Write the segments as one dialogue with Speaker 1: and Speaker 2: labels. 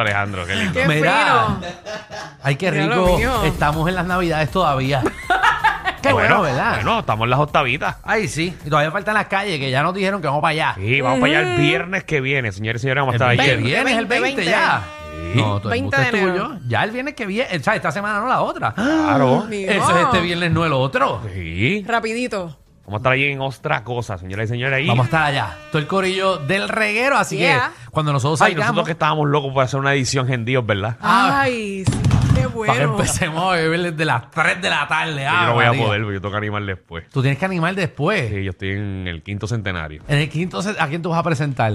Speaker 1: Alejandro, qué lindo.
Speaker 2: Qué
Speaker 3: Mira. Ay, qué
Speaker 2: Mira
Speaker 3: rico.
Speaker 2: lo mío.
Speaker 3: Estamos en las navidades todavía. qué bueno, ¿verdad?
Speaker 1: Bueno, estamos en las octavitas.
Speaker 3: Ay, sí. Y todavía faltan las calles que ya nos dijeron que vamos para allá.
Speaker 1: Sí, vamos para allá el viernes que viene, señores y señores, vamos a estar
Speaker 3: el
Speaker 1: ahí.
Speaker 3: que
Speaker 1: El-
Speaker 2: Veinte,
Speaker 3: viene es el 20,
Speaker 2: veinte, veinte.
Speaker 3: ya.
Speaker 1: Sí.
Speaker 3: No, todo el
Speaker 2: 20
Speaker 3: gusto
Speaker 2: de
Speaker 3: es tuyo.
Speaker 2: enero. Ah,
Speaker 3: Ya el viernes que viene. O sea, esta semana no la otra.
Speaker 1: Claro.
Speaker 2: Ni
Speaker 3: Eso
Speaker 2: modo.
Speaker 3: es este viernes, no el otro.
Speaker 1: Sí.
Speaker 2: Rapidito.
Speaker 1: Vamos a estar ahí en otra cosa, señores y señores. Ahí.
Speaker 3: Vamos a estar allá. Todo el corillo del reguero. Así
Speaker 2: Yeah.
Speaker 3: que cuando nosotros
Speaker 1: Ay,
Speaker 3: salgamos.
Speaker 1: nosotros que estábamos locos por hacer una edición Dios, ¿verdad?
Speaker 3: Ah.
Speaker 2: Ay, sí, qué
Speaker 3: Para que
Speaker 2: bueno.
Speaker 3: empecemos a beber desde las 3 de la tarde.
Speaker 1: yo
Speaker 3: Ah,
Speaker 1: no voy a
Speaker 3: María.
Speaker 1: poder, porque yo tengo que animar después.
Speaker 3: Tú tienes que animar después.
Speaker 1: Sí, yo estoy en el quinto centenario.
Speaker 3: En el quinto, set, ¿a quién tú vas a presentar?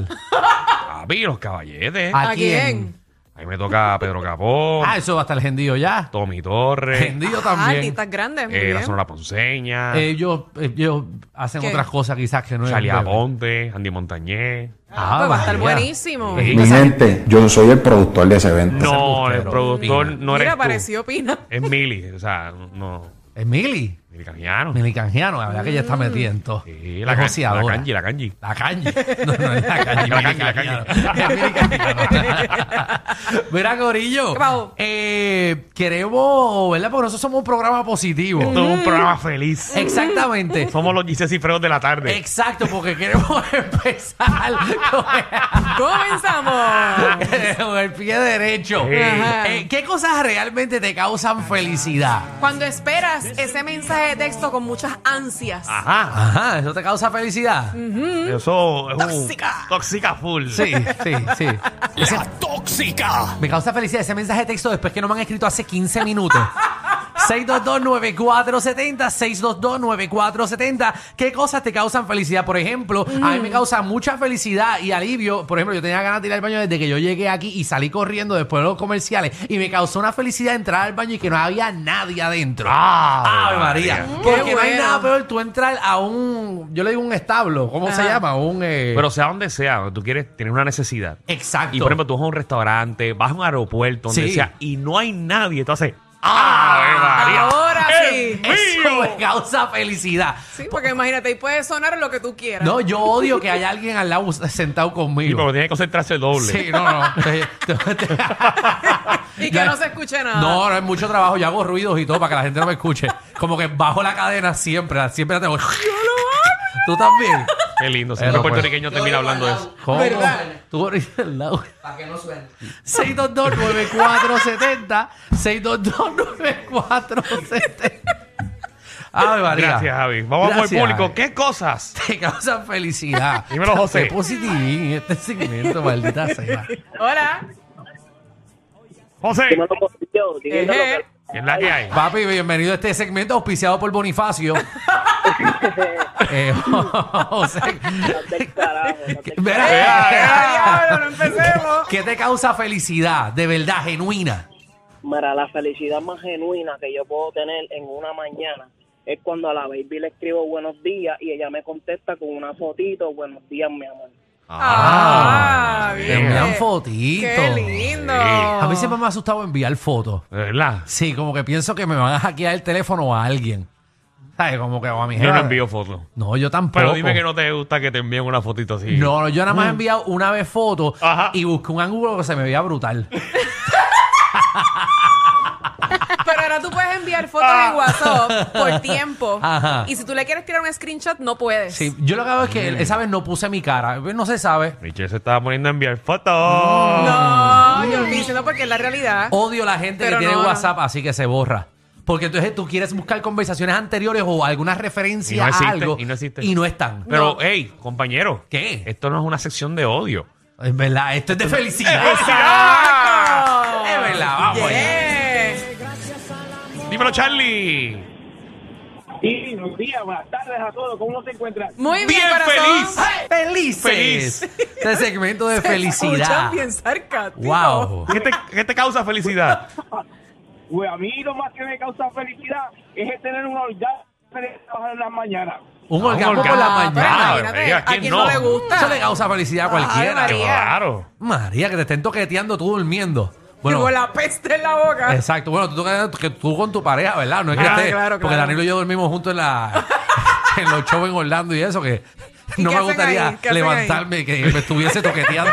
Speaker 1: Papi, los caballetes.
Speaker 3: ¿A
Speaker 2: ¿Eh? ¿A quién?
Speaker 1: Ahí me toca Pedro Capó,
Speaker 3: Ah, eso va a estar gendío ya.
Speaker 1: Tommy Torres,
Speaker 3: Gendío
Speaker 2: Ah,
Speaker 3: también. Eh,
Speaker 2: listas grandes. Muy
Speaker 1: eh, la
Speaker 2: bien.
Speaker 1: Sonora Ponceña,
Speaker 3: Ellos, ellos hacen
Speaker 2: ¿Qué?
Speaker 3: otras cosas quizás que no es
Speaker 1: Charlie
Speaker 3: bebé.
Speaker 1: Aponte, Andy Montañez.
Speaker 3: Ah,
Speaker 2: Pues va a estar
Speaker 3: María.
Speaker 2: buenísimo.
Speaker 3: Eh,
Speaker 1: Sí.
Speaker 4: Mi gente, yo soy el productor de ese evento.
Speaker 1: No, el
Speaker 3: embustero.
Speaker 1: productor
Speaker 3: Pina.
Speaker 1: no eres
Speaker 2: Mira,
Speaker 1: tú.
Speaker 2: pareció Pina.
Speaker 1: Es Mili, o sea, no.
Speaker 3: Es Mili.
Speaker 1: Mili Cajiano.
Speaker 3: Mili Canjiano, la verdad que ella
Speaker 2: Mm.
Speaker 3: está metida en todo.
Speaker 1: Sí,
Speaker 3: Es
Speaker 1: la, can, la
Speaker 3: joseadora.
Speaker 1: Kanji, la Kanji.
Speaker 3: La caña. No, no, es la caña.
Speaker 1: La
Speaker 3: Mili
Speaker 1: caña, la caña.
Speaker 3: Canjiano. Es Mili Canjiano. Mira, Corillo.
Speaker 2: ¿Qué pasó?
Speaker 3: eh, queremos, ¿verdad? Porque nosotros somos un programa positivo.
Speaker 1: Esto es un programa feliz.
Speaker 3: Exactamente.
Speaker 1: Somos los Gisés Cifreos de la tarde.
Speaker 3: Exacto, porque queremos empezar con-
Speaker 2: Comenzamos.
Speaker 3: con el pie derecho.
Speaker 1: Sí.
Speaker 2: Ajá.
Speaker 3: Ah. Eh, ¿Qué cosas realmente te causan felicidad?
Speaker 2: Cuando esperas ese mensaje de texto con muchas ansias.
Speaker 3: Ah.
Speaker 1: Ajá.
Speaker 3: Ajá, ¿eso te causa felicidad?
Speaker 1: Eso es un-
Speaker 2: Tóxica.
Speaker 1: Tóxica full.
Speaker 3: Mm. Sí, sí, sí. Ese-
Speaker 4: tóxica!
Speaker 3: me causa felicidad ese mensaje de texto después que no me han escrito hace 15 minutos. 622-9470, 622-9470. ¿Qué cosas te causan felicidad? Por ejemplo, a mí me causa mucha felicidad y alivio. Por ejemplo, yo tenía ganas de ir al baño desde que yo llegué aquí y salí corriendo después de los comerciales. Y me causó una felicidad entrar al baño y que no había nadie adentro.
Speaker 1: Ah,
Speaker 3: ¡Ave María!
Speaker 2: Qué
Speaker 3: Porque no hay
Speaker 2: bueno.
Speaker 3: nada peor tú entrar a un, yo le digo un establo, ¿cómo se
Speaker 2: Ajá.
Speaker 3: llama? Un... eh,
Speaker 1: Pero sea donde sea, donde tú quieres, tienes una necesidad.
Speaker 3: Exacto.
Speaker 1: Y por ejemplo, tú vas a un restaurante, vas a un aeropuerto, donde
Speaker 3: Sí.
Speaker 1: sea, y no hay nadie, tú haces. ¡Ave María!
Speaker 2: ahora
Speaker 1: ¡Es
Speaker 2: sí.
Speaker 3: Ah, eso
Speaker 1: ¡Ah, mío!
Speaker 3: me causa felicidad.
Speaker 2: Sí, porque imagínate, ahí puede sonar lo que tú quieras.
Speaker 3: No, yo odio que haya alguien al lado sentado
Speaker 1: Sí,
Speaker 3: conmigo.
Speaker 1: pero tiene que concentrarse el doble.
Speaker 3: Sí, no, no. Te- te- te-
Speaker 2: y que
Speaker 3: Ya-
Speaker 2: no se escuche nada.
Speaker 3: No, no es mucho trabajo. Yo hago ruidos y todo para que la gente no me escuche. Como que bajo la cadena siempre, la- siempre la tengo. Tú también.
Speaker 1: Qué lindo. Siempre
Speaker 3: Eh, no,
Speaker 1: un puertorriqueño
Speaker 5: pues.
Speaker 1: termina
Speaker 5: Yo digo
Speaker 1: hablando de
Speaker 5: al
Speaker 1: eso.
Speaker 3: ¿Cómo?
Speaker 5: ¿Verdad?
Speaker 3: Tú ahorita al lado.
Speaker 5: Para que no suene.
Speaker 3: 622-9470. 622-9470. Ay, María.
Speaker 1: Gracias, Javi. Vamos por el
Speaker 3: Gracias,
Speaker 1: público.
Speaker 3: Javi.
Speaker 1: ¿Qué cosas?
Speaker 3: Te causa felicidad.
Speaker 1: Dímelo, José.
Speaker 3: Qué positivín este segmento, maldita sea.
Speaker 2: Hola.
Speaker 1: José,
Speaker 6: Dímelo por yo, dímelo
Speaker 2: Ejé.
Speaker 1: ¿qué es la que hay?
Speaker 3: Papi, bienvenido a este segmento auspiciado por Bonifacio. Eh, José.
Speaker 6: del carajo, no te-
Speaker 3: Verá,
Speaker 2: ¡Eh,
Speaker 3: verá.
Speaker 2: diablo, no empecemos!
Speaker 3: ¿Qué te causa felicidad? De verdad, genuina.
Speaker 6: Mira, la felicidad más genuina que yo puedo tener en una mañana es cuando a la baby le escribo buenos días y ella me contesta con una fotito, buenos días, mi amor.
Speaker 2: Ah,
Speaker 3: Te
Speaker 2: bien.
Speaker 3: envían fotitos.
Speaker 2: ¡Qué lindo!
Speaker 1: Sí.
Speaker 3: A mí siempre me ha asustado enviar fotos.
Speaker 1: ¿De ¿Verdad?
Speaker 3: Sí, como que pienso que me van a hackear el teléfono a alguien. ¿Sabes? Como que o a mi
Speaker 1: Yo no
Speaker 3: jefa.
Speaker 1: envío fotos.
Speaker 3: No, yo tampoco.
Speaker 1: Pero dime que no te gusta que te envíen una fotito así.
Speaker 3: No, no, yo nada más he enviado una vez foto
Speaker 1: Ajá.
Speaker 3: y busqué un ángulo que se me veía brutal.
Speaker 2: Pero ahora tú puedes enviar fotos en WhatsApp por tiempo.
Speaker 3: Ajá.
Speaker 2: Y si tú le quieres tirar un screenshot, no puedes.
Speaker 3: Sí, yo lo que hago es que esa vez no puse mi cara. No se sabe.
Speaker 1: Michelle se estaba poniendo a enviar fotos.
Speaker 2: No,
Speaker 3: Mm.
Speaker 2: yo lo estoy diciendo porque es la realidad.
Speaker 3: Odio la gente
Speaker 2: Pero
Speaker 3: que tiene
Speaker 2: no, no.
Speaker 3: WhatsApp así que se borra. Porque entonces tú quieres buscar conversaciones anteriores o alguna
Speaker 1: Y
Speaker 3: referencia
Speaker 1: no
Speaker 3: a
Speaker 1: existen,
Speaker 3: algo
Speaker 1: y no existen.
Speaker 3: y no están.
Speaker 1: Pero, eh. hey, compañero.
Speaker 3: ¿Qué?
Speaker 1: Esto no es una sección de odio.
Speaker 3: Es verdad, esto es de felicidad.
Speaker 2: ¡Exacto!
Speaker 3: Es verdad, vamos allá.
Speaker 2: Ah. Yeah.
Speaker 1: Dímelo, Charlie.
Speaker 6: Sí, buenos días, buenas tardes a todos, ¿cómo se encuentran?
Speaker 2: Muy bien,
Speaker 1: Bien
Speaker 2: corazón.
Speaker 1: feliz.
Speaker 3: ¡Felices!
Speaker 1: Feliz.
Speaker 3: Este segmento de
Speaker 2: Se
Speaker 3: felicidad.
Speaker 2: escuchan bien sarcásticos.
Speaker 3: ¡Wow!
Speaker 1: ¿Qué te, qué te causa felicidad?
Speaker 6: Pues a mí lo más que me causa felicidad es el tener un orgasmo de trabajar en las mañanas.
Speaker 3: Un
Speaker 1: Ah,
Speaker 3: orgasmo
Speaker 1: porque-
Speaker 3: por la
Speaker 2: Ah, pero
Speaker 3: mañana.
Speaker 2: imagínate,
Speaker 1: María,
Speaker 2: ¿a quién, no? le gusta?
Speaker 3: Eso le causa felicidad a cualquiera.
Speaker 2: Ay, María.
Speaker 1: Claro.
Speaker 3: María, que te estén toqueteando tú durmiendo.
Speaker 2: Bueno,
Speaker 3: Bueno,
Speaker 2: Tengo la peste en la boca.
Speaker 3: exacto. Bueno, tú, tú- que tú con tu pareja, ¿verdad? No es que
Speaker 2: Ah,
Speaker 3: esté-
Speaker 2: claro,
Speaker 3: Porque
Speaker 2: claro.
Speaker 3: Danilo y yo dormimos juntos en la en los shows en Orlando y eso, que
Speaker 2: ¿Y
Speaker 3: no
Speaker 2: qué hacen
Speaker 3: me
Speaker 2: ahí?
Speaker 3: gustaría
Speaker 2: ¿Qué hacen ahí?
Speaker 3: levantarme que me estuviese toqueteando.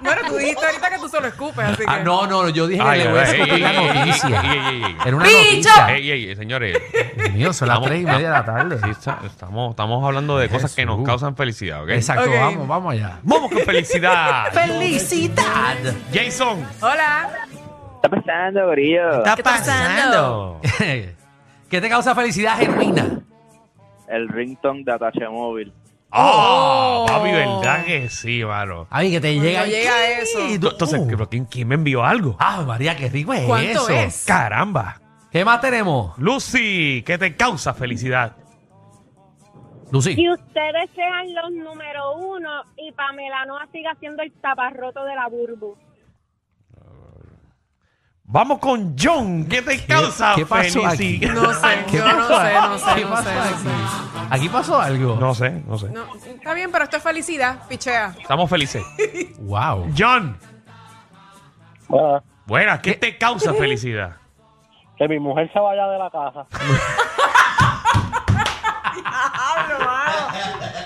Speaker 2: Bueno, tú dijiste ahorita que tú solo escupes, así que.
Speaker 3: ah, no, no, yo dije que
Speaker 1: Ay,
Speaker 3: le voy a
Speaker 1: ay,
Speaker 3: discutir la
Speaker 1: ay, ay,
Speaker 3: noticia.
Speaker 1: ay, ay, ay, ay.
Speaker 3: Era una
Speaker 2: ¡Bicho!
Speaker 3: noticia.
Speaker 1: Ey, ey, señores.
Speaker 3: Dios mío, son las tres y media de la tarde.
Speaker 1: sí, está- estamos, estamos hablando de cosas que nos
Speaker 3: Jesús.
Speaker 1: causan felicidad, ¿ok?
Speaker 3: Exacto,
Speaker 2: Ok.
Speaker 3: vamos, vamos allá.
Speaker 1: Vamos con felicidad.
Speaker 3: ¡Felicidad!
Speaker 1: Jason.
Speaker 2: Hola.
Speaker 6: está pasando, gorillo?
Speaker 1: ¿Está
Speaker 2: pasando?
Speaker 3: ¿Qué te causa felicidad genuina?
Speaker 6: El ringtone de Atache Móvil.
Speaker 1: Oh,
Speaker 2: Oh.
Speaker 1: papi, verdad que sí, mano.
Speaker 3: Ay, que te llega.
Speaker 2: llega
Speaker 3: ¿Qué?
Speaker 2: eso.
Speaker 1: Entonces,
Speaker 3: Oh.
Speaker 1: ¿pero quién, quién me envió algo?
Speaker 3: Ah, María, qué rico es
Speaker 2: ¿Cuánto
Speaker 3: eso.
Speaker 2: es?
Speaker 1: Caramba.
Speaker 3: ¿Qué más tenemos,
Speaker 1: Lucy, ¿qué te causa felicidad?
Speaker 3: Lucy?
Speaker 5: Y ustedes sean los número uno y Pamela Noa siga siendo el taparroto de la burbu.
Speaker 1: Vamos con John. ¿Qué te causa
Speaker 3: qué pasó
Speaker 1: felicidad?
Speaker 3: aquí?
Speaker 2: No sé, yo no sé, no sé,
Speaker 3: ¿Qué
Speaker 2: no
Speaker 3: pasó
Speaker 2: sé, no
Speaker 3: aquí?
Speaker 2: sé.
Speaker 3: Aquí pasó algo.
Speaker 1: No sé, no sé.
Speaker 2: No, está bien, pero esto es felicidad, pichea.
Speaker 1: Estamos felices.
Speaker 3: Wow.
Speaker 1: John. Buenas, ¿qué te causa felicidad?
Speaker 6: Ah, Que mi mujer se vaya de la casa.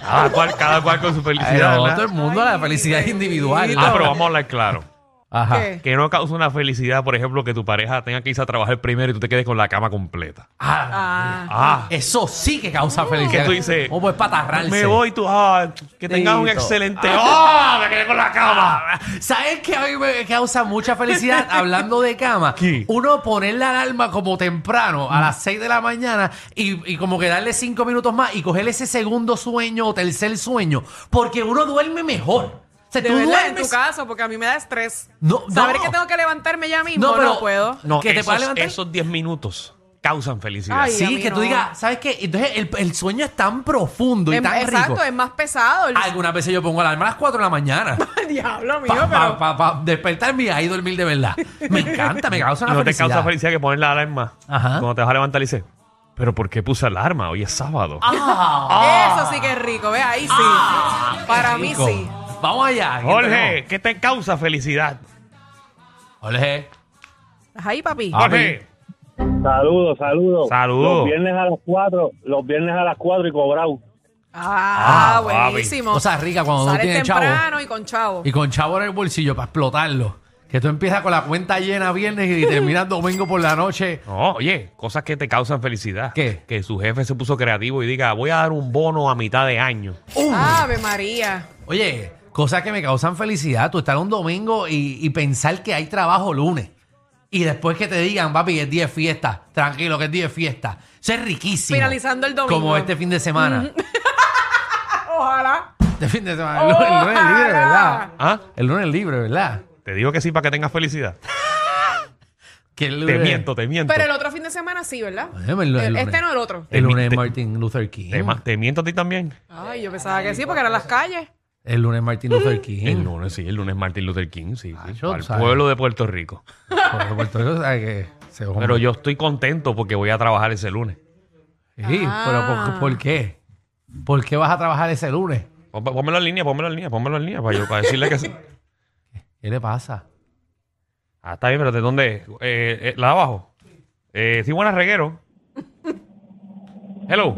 Speaker 1: Cada cual, cada cual con su felicidad.
Speaker 3: Pero
Speaker 1: ¿verdad?
Speaker 3: todo el mundo, la felicidad es individual.
Speaker 1: Ah, pero vamos a hablar claro.
Speaker 3: Ajá.
Speaker 2: ¿Qué?
Speaker 1: Que no causa una felicidad, por ejemplo, que tu pareja tenga que irse a trabajar primero y tú te quedes con la cama completa.
Speaker 3: Ah,
Speaker 2: Ah.
Speaker 1: Ah,
Speaker 3: eso sí que causa felicidad. pues,
Speaker 1: Que tú dices,
Speaker 3: ¿Cómo puedes patarrarse?
Speaker 1: me voy tú. Ah, que tengas un
Speaker 3: Tito.
Speaker 1: excelente. ¡Ah! me quedé con la cama!
Speaker 3: ¿Sabes qué a mí me causa mucha felicidad hablando de cama?
Speaker 1: ¿Qué?
Speaker 3: Uno poner la alarma como temprano a las 6 de la mañana y, y como que darle 5 minutos más y coger ese segundo sueño o tercer sueño porque uno duerme mejor. O sea,
Speaker 2: De
Speaker 3: tú
Speaker 2: verdad, en tu
Speaker 3: duermes-
Speaker 2: caso, porque a mí me da estrés.
Speaker 3: No,
Speaker 2: Saber
Speaker 3: no.
Speaker 2: que tengo que levantarme ya mismo, no,
Speaker 3: pero-
Speaker 2: puedo.
Speaker 1: No,
Speaker 3: ¿Que te puedas
Speaker 1: esos,
Speaker 3: levantar?
Speaker 1: esos 10 minutos causan felicidad.
Speaker 2: Ay, a
Speaker 3: Sí,
Speaker 2: mí
Speaker 3: que tú
Speaker 2: no.
Speaker 3: digas, ¿sabes qué? Entonces el, el sueño es tan profundo y
Speaker 2: Es-
Speaker 3: tan
Speaker 2: Em, exacto,
Speaker 3: rico. Ah.
Speaker 2: es más pesado. El...
Speaker 3: Algunas veces yo pongo alarma a las 4 de la mañana.
Speaker 2: diablo mío,
Speaker 3: Para
Speaker 2: pero.
Speaker 3: despertarme y ahí dormir de verdad. Me encanta, me causa una
Speaker 1: no te
Speaker 3: felicidad.
Speaker 1: causa felicidad que pones la alarma.
Speaker 3: Ajá.
Speaker 1: Cuando te vas a levantar y dices, ¿pero por qué puse alarma? Hoy es sábado.
Speaker 3: Ah.
Speaker 2: Eso sí que es rico, ve, ahí sí. Ah. Para mí
Speaker 3: Rico.
Speaker 2: sí.
Speaker 3: Vamos allá. ¿Qué
Speaker 1: Jorge,
Speaker 3: tenemos?
Speaker 1: ¿qué te causa felicidad?
Speaker 3: Jorge.
Speaker 2: ¿Estás ahí, papi?
Speaker 3: Ah. Papi.
Speaker 1: Jorge.
Speaker 6: Saludos, saludos.
Speaker 1: Saludos.
Speaker 6: Los viernes a las 4, los viernes a las 4 y cobrado.
Speaker 2: Ah,
Speaker 1: Ah, papi.
Speaker 2: buenísimo.
Speaker 3: O sea, rica cuando no
Speaker 2: Sales
Speaker 3: tiene chavo.
Speaker 2: temprano y con chavo.
Speaker 3: Y con chavo en el bolsillo para explotarlo. Que tú empiezas con la cuenta llena viernes y terminas domingo por la noche.
Speaker 1: No, oye, cosas que te causan felicidad.
Speaker 3: ¿Qué?
Speaker 1: Que su jefe se puso creativo y diga, voy a dar un bono a mitad de año.
Speaker 2: Ave María.
Speaker 3: Oye, cosas que me causan felicidad. Tú estar un domingo y, y pensar que hay trabajo lunes. Y después que te digan, papi, es 10 fiestas. Tranquilo, que es 10 fiestas. Eso es riquísimo.
Speaker 2: Finalizando el domingo. Mm.
Speaker 3: Como este fin de semana.
Speaker 2: Ojalá.
Speaker 3: Este fin de semana. El lunes, el lunes es libre, ¿verdad?
Speaker 1: ¿Ah?
Speaker 3: El lunes es libre, ¿verdad?
Speaker 1: Te digo que sí para que tengas felicidad.
Speaker 3: Que el
Speaker 1: Te
Speaker 3: lunes-
Speaker 1: miento, te miento.
Speaker 2: Pero el otro fin de semana sí, ¿verdad?
Speaker 3: Ay, el lunes.
Speaker 2: El- este no el otro.
Speaker 3: El lunes
Speaker 1: Te-
Speaker 3: es Martin Luther King.
Speaker 1: Te, ma- te miento a ti también.
Speaker 2: Ay, yo pensaba que sí, porque eran las calles.
Speaker 3: El lunes Martin Luther King.
Speaker 1: El lunes, sí, el lunes Martin Luther King, sí.
Speaker 3: Ah,
Speaker 1: sí,
Speaker 3: yo
Speaker 1: para el
Speaker 3: sabía.
Speaker 1: pueblo de Puerto Rico.
Speaker 3: Porque Puerto Rico sabe que se joda.
Speaker 1: Pero yo estoy contento porque voy a trabajar ese lunes.
Speaker 3: Sí,
Speaker 2: Ah.
Speaker 3: pero ¿por, por qué? ¿Por qué vas a trabajar ese lunes?
Speaker 1: Pon- Pónmelo en línea, pónmelo en línea, pónmelo en línea para, yo, para decirle que sí.
Speaker 3: ¿Qué le pasa?
Speaker 1: Ah, está bien, pero ¿de dónde? es? Eh, eh, la de abajo. Eh, sí, buenas, reguero. Hello.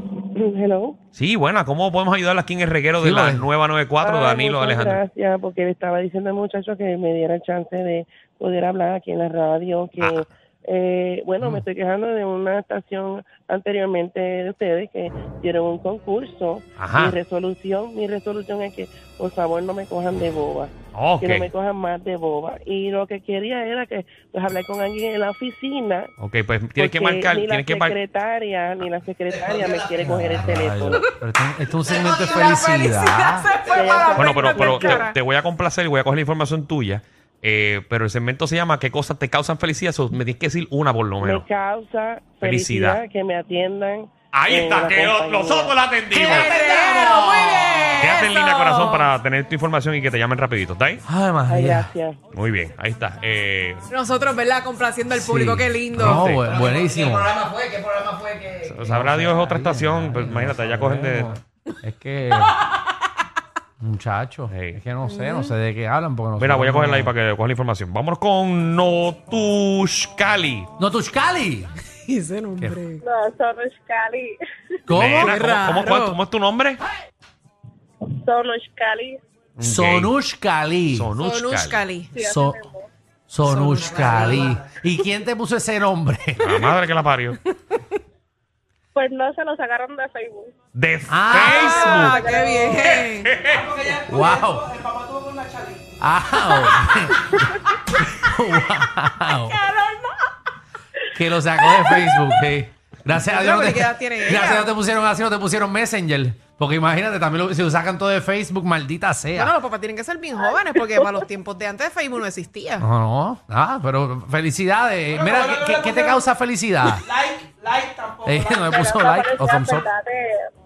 Speaker 7: Hello.
Speaker 1: Sí, buena. ¿Cómo podemos ayudarla aquí en el reguero de
Speaker 3: Sí,
Speaker 1: la
Speaker 3: vale.
Speaker 1: nueva 94,
Speaker 7: Ah,
Speaker 1: Danilo
Speaker 7: muchas
Speaker 1: Alejandro?
Speaker 7: Gracias, porque le estaba diciendo al muchacho que me diera el chance de poder hablar aquí en la radio. Que,
Speaker 1: Ah. Mm.
Speaker 7: eh, bueno, me estoy quejando de una estación anteriormente de ustedes que dieron un concurso.
Speaker 1: Ajá.
Speaker 7: Mi resolución, mi resolución es que, por favor, no me cojan de boba.
Speaker 1: Ok.
Speaker 7: Que no me cojan más de boba. Y lo que quería era que, pues, hablar con alguien en la oficina.
Speaker 1: Ok, pues tienes que
Speaker 7: porque
Speaker 1: marcar.
Speaker 7: Ni la
Speaker 1: Tienes que Ah. marcar.
Speaker 7: secretaria, ni la secretaria me quiere coger el teléfono.
Speaker 3: Ay, pero esto, esto es un segmento de
Speaker 2: La felicidad
Speaker 3: felicidad.
Speaker 2: se fue para la
Speaker 1: Bueno, pero,
Speaker 2: puerta
Speaker 1: pero
Speaker 2: del cara.
Speaker 1: te, te voy a complacer y voy a coger la información tuya. Eh, pero el segmento se llama ¿Qué cosas te causan felicidad? Eso me tienes que decir una por lo menos.
Speaker 7: Me causa
Speaker 1: Felicidad.
Speaker 7: felicidad, que me atiendan.
Speaker 1: Ahí
Speaker 7: en
Speaker 1: está,
Speaker 7: la
Speaker 1: que yo-
Speaker 7: compañía.
Speaker 1: nosotros la atendimos.
Speaker 2: Guerrero, muy bien.
Speaker 1: Quédate en
Speaker 2: eso.
Speaker 1: línea, corazón, para tener tu información y que te llamen rapidito. ¿Está ahí?
Speaker 3: Ay,
Speaker 7: Ay,
Speaker 3: María.
Speaker 7: gracias.
Speaker 1: Muy bien, ahí está. Eh,
Speaker 2: Nosotros, ¿verdad? Complaciendo al público,
Speaker 3: Sí.
Speaker 2: qué lindo.
Speaker 3: No, bu- buenísimo.
Speaker 1: sabrá Dios es otra
Speaker 3: Ay,
Speaker 1: estación.
Speaker 3: ay,
Speaker 1: Pues,
Speaker 3: no
Speaker 1: imagínate, ya cogen de...
Speaker 3: sabemos. Es que... Muchachos,
Speaker 1: Hey.
Speaker 3: es que no sé, no sé de qué hablan porque no
Speaker 1: Mira, voy a cogerla ahí para que coja la información. Vámonos con Notushkali.
Speaker 3: ¡No, Tushkali!
Speaker 2: Ese nombre.
Speaker 8: Ah,
Speaker 5: No, somos Cali.
Speaker 3: ¿Cómo?
Speaker 1: Nena, ¿cómo,
Speaker 2: Qué
Speaker 1: cómo-
Speaker 2: raro.
Speaker 1: cuál- cómo es tu nombre?
Speaker 8: Solos Cali.
Speaker 1: Ok.
Speaker 3: Sonushka Lee.
Speaker 1: Sonushkali.
Speaker 2: Sonushkali.
Speaker 3: So- Sonushka Lee. ¿Y quién te puso ese nombre?
Speaker 1: La madre que la parió.
Speaker 8: Pues no, se lo sacaron de Facebook.
Speaker 1: De
Speaker 3: Ah,
Speaker 2: Ah, qué bien.
Speaker 3: ¡Wow! Ah, wow. Que lo sacó de Facebook, sí. Gracias a
Speaker 2: Yo
Speaker 3: Dios.
Speaker 2: creo que
Speaker 3: no te-
Speaker 2: ya tiene
Speaker 3: Gracias a
Speaker 2: ella.
Speaker 3: Dios te pusieron así, no te pusieron Messenger. Porque imagínate, también lo- si lo sacan todo de Facebook, maldita sea.
Speaker 2: Bueno, los papás tienen que ser bien jóvenes porque para los tiempos de antes Facebook no existía.
Speaker 3: No, no. Ah, pero felicidades. Mira, ¿qué- ¿qué, qué te causa felicidad?
Speaker 5: Like, like tampoco.
Speaker 3: Eh,
Speaker 5: like.
Speaker 3: no me puso
Speaker 8: Pero
Speaker 3: like
Speaker 8: aparecía,
Speaker 3: o thumbs up.
Speaker 8: ¿verdad? de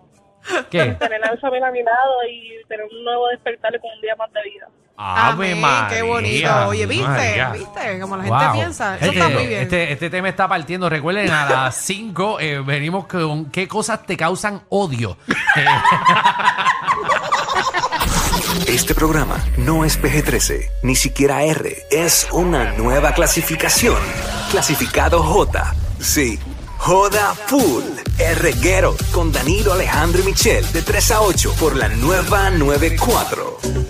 Speaker 3: ¿Qué?
Speaker 8: Tener a Isabel a mi lado y tener un nuevo despertar con un día más de vida.
Speaker 2: Amén,
Speaker 1: María,
Speaker 2: Qué bonito. Oye, ¿viste?
Speaker 1: María.
Speaker 2: ¿Viste? Como la gente
Speaker 3: Wow.
Speaker 2: piensa. Eso
Speaker 3: Este-
Speaker 2: está muy bien.
Speaker 3: Este, este tema está partiendo. Recuerden, a las 5 venimos con qué cosas te causan odio. Eh,
Speaker 7: Este programa no es PG-13, ni siquiera R. Es una nueva clasificación. Clasificado J. Sí. Joda Full. R. Guerrero con Danilo Alejandro y Michel de 3 a 8 por la nueva 94.